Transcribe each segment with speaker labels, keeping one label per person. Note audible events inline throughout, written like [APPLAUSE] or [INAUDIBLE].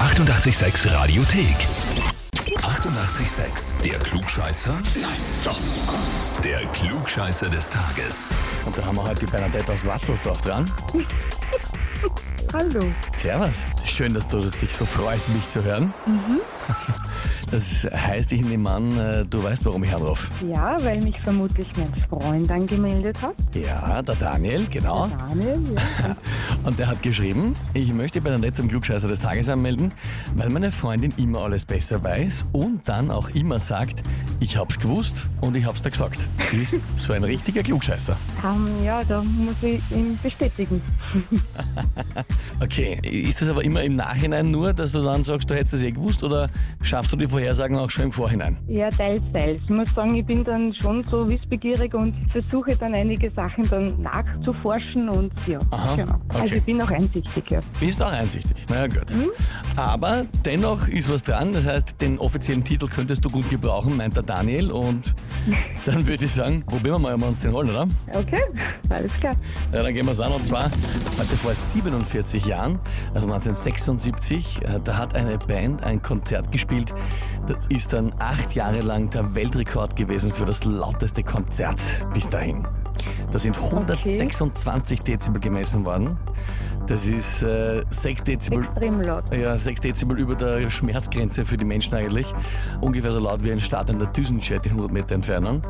Speaker 1: 886 Radiothek. 88,6. Der Klugscheißer? Nein, doch. Der Klugscheißer des Tages.
Speaker 2: Und da haben wir heute die Bernadette aus Watzelsdorf dran.
Speaker 3: Hallo.
Speaker 2: Servus. Schön, dass du dich so freust, mich zu hören. Das heißt, ich nehme an, äh, du weißt, warum ich anrufe.
Speaker 3: Ja, weil mich vermutlich mein Freund angemeldet hat.
Speaker 2: Ja, der Daniel, genau.
Speaker 3: Daniel,
Speaker 2: [LAUGHS]
Speaker 3: ja.
Speaker 2: Und der hat geschrieben, ich möchte Bernadette zum Klugscheißer des Tages anmelden, weil meine Freundin immer alles besser weiß und dann auch immer sagt, ich hab's gewusst und ich hab's dir gesagt. Sie ist so ein richtiger Klugscheißer.
Speaker 3: Ähm, ja, da muss ich ihn bestätigen.
Speaker 2: Okay, ist das aber immer im Nachhinein nur, dass du dann sagst, du hättest es eh gewusst oder schaffst du die Vorhersagen auch schon im Vorhinein?
Speaker 3: Ja, teils, teils. Ich muss sagen, ich bin dann schon so wissbegierig und versuche dann einige Sachen dann nachzuforschen und ja,
Speaker 2: Aha,
Speaker 3: genau.
Speaker 2: okay.
Speaker 3: Also ich bin auch einsichtig, ja.
Speaker 2: Bist auch einsichtig. Na ja, gut. Aber dennoch ist was dran. Das heißt, den offiziellen Titel könntest du gut gebrauchen, meint der Daniel. Und dann würde ich sagen, probieren wir mal, ob wir uns den holen, oder?
Speaker 3: Okay, alles klar.
Speaker 2: Ja, dann gehen wir es an. Und zwar, heute vor 47 Jahren, also 1976, äh, da hat eine Band ein Konzert gespielt. Das ist dann acht Jahre lang der Weltrekord gewesen für das lauteste Konzert bis dahin. Da sind 126 Dezibel gemessen worden. Das ist äh, 6 Dezibel
Speaker 3: Extrem laut.
Speaker 2: ja, 6 Dezibel über der Schmerzgrenze für die Menschen eigentlich. Ungefähr so laut wie ein startender Düsenjet in 100 Meter Entfernung.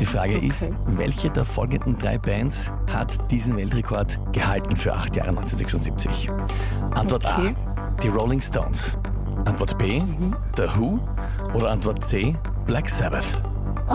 Speaker 2: Die Frage
Speaker 3: Okay.
Speaker 2: ist, welche der folgenden drei Bands hat diesen Weltrekord gehalten für acht Jahre 1976? Antwort
Speaker 3: Okay. Mhm.
Speaker 2: A, die Rolling Stones. Antwort B, The Who. Oder Antwort C, Black Sabbath.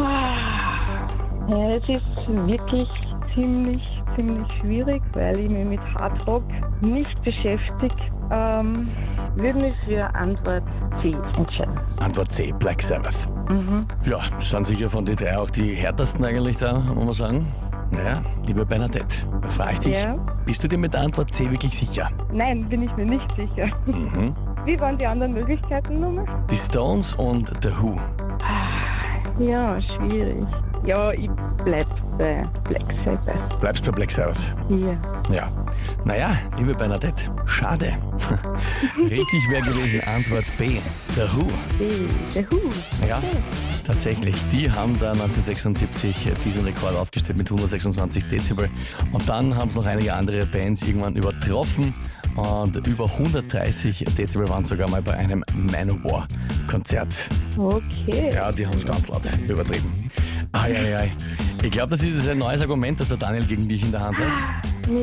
Speaker 3: Ah, ja, es ist wirklich ziemlich, ziemlich schwierig, weil ich mich mit Hardrock nicht beschäftige. Ähm, würde mich für Antwort C entscheiden.
Speaker 2: Antwort C, Black Sabbath.
Speaker 3: Mhm.
Speaker 2: Ja, das sind sicher von den drei auch die härtesten eigentlich da, muss man sagen. Naja, liebe Bernadette, frage ich dich,
Speaker 3: Ja.
Speaker 2: bist du dir mit der Antwort C wirklich sicher?
Speaker 3: Nein, bin ich mir nicht sicher. [LAUGHS]
Speaker 2: Mhm.
Speaker 3: Wie waren die anderen Möglichkeiten nochmal?
Speaker 2: Die Stones und The Who.
Speaker 3: Ja, schwierig. Ja, ich bleib bei Black Sabbath.
Speaker 2: Bleibst bei Black Sabbath.
Speaker 3: Ja.
Speaker 2: Ja. Naja, liebe Bernadette, schade. [LAUGHS] Richtig wäre gewesen Antwort B, The Who.
Speaker 3: Hey, der Hu.
Speaker 2: Ja, tatsächlich. Die haben da 1976 diesen Rekord aufgestellt mit 126 Dezibel. Und dann haben es noch einige andere Bands irgendwann übertroffen. Und über 130 Dezibel waren sogar mal bei einem Manowar-Konzert.
Speaker 3: Okay.
Speaker 2: Ja, die haben es ganz laut übertrieben. Ai, ai, ai. Ich glaube, das ist jetzt ein neues Argument, das der Daniel gegen dich in der Hand hat.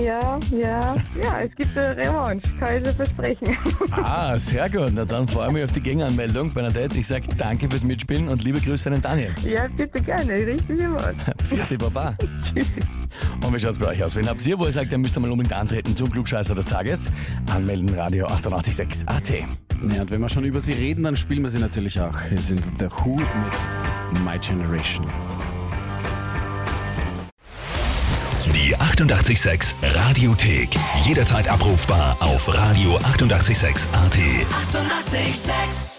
Speaker 3: Ja, ja. Ja, es gibt eine Revanche, kann ich dir versprechen. [LAUGHS]
Speaker 2: Ah, sehr gut. Na dann freue ich mich auf die Gegenanmeldung. Bernadette, ich sage danke fürs Mitspielen und liebe Grüße an den Daniel.
Speaker 3: ja, bitte gerne, richtig gemacht.
Speaker 2: Vierte Baba. Und wie schaut's bei euch aus? Wen habt ihr, wo ihr sagt, ihr müsst einmal unbedingt antreten zum Klugscheißer des Tages? Anmelden Radio 886 AT.
Speaker 4: Ja, und wenn wir schon über sie reden, dann spielen wir sie natürlich auch. Hier sind The Who mit My Generation.
Speaker 1: Die 88,6 Radiothek. Jederzeit abrufbar auf radio886.at. 88,6.
Speaker 5: Eighty-eight, sex.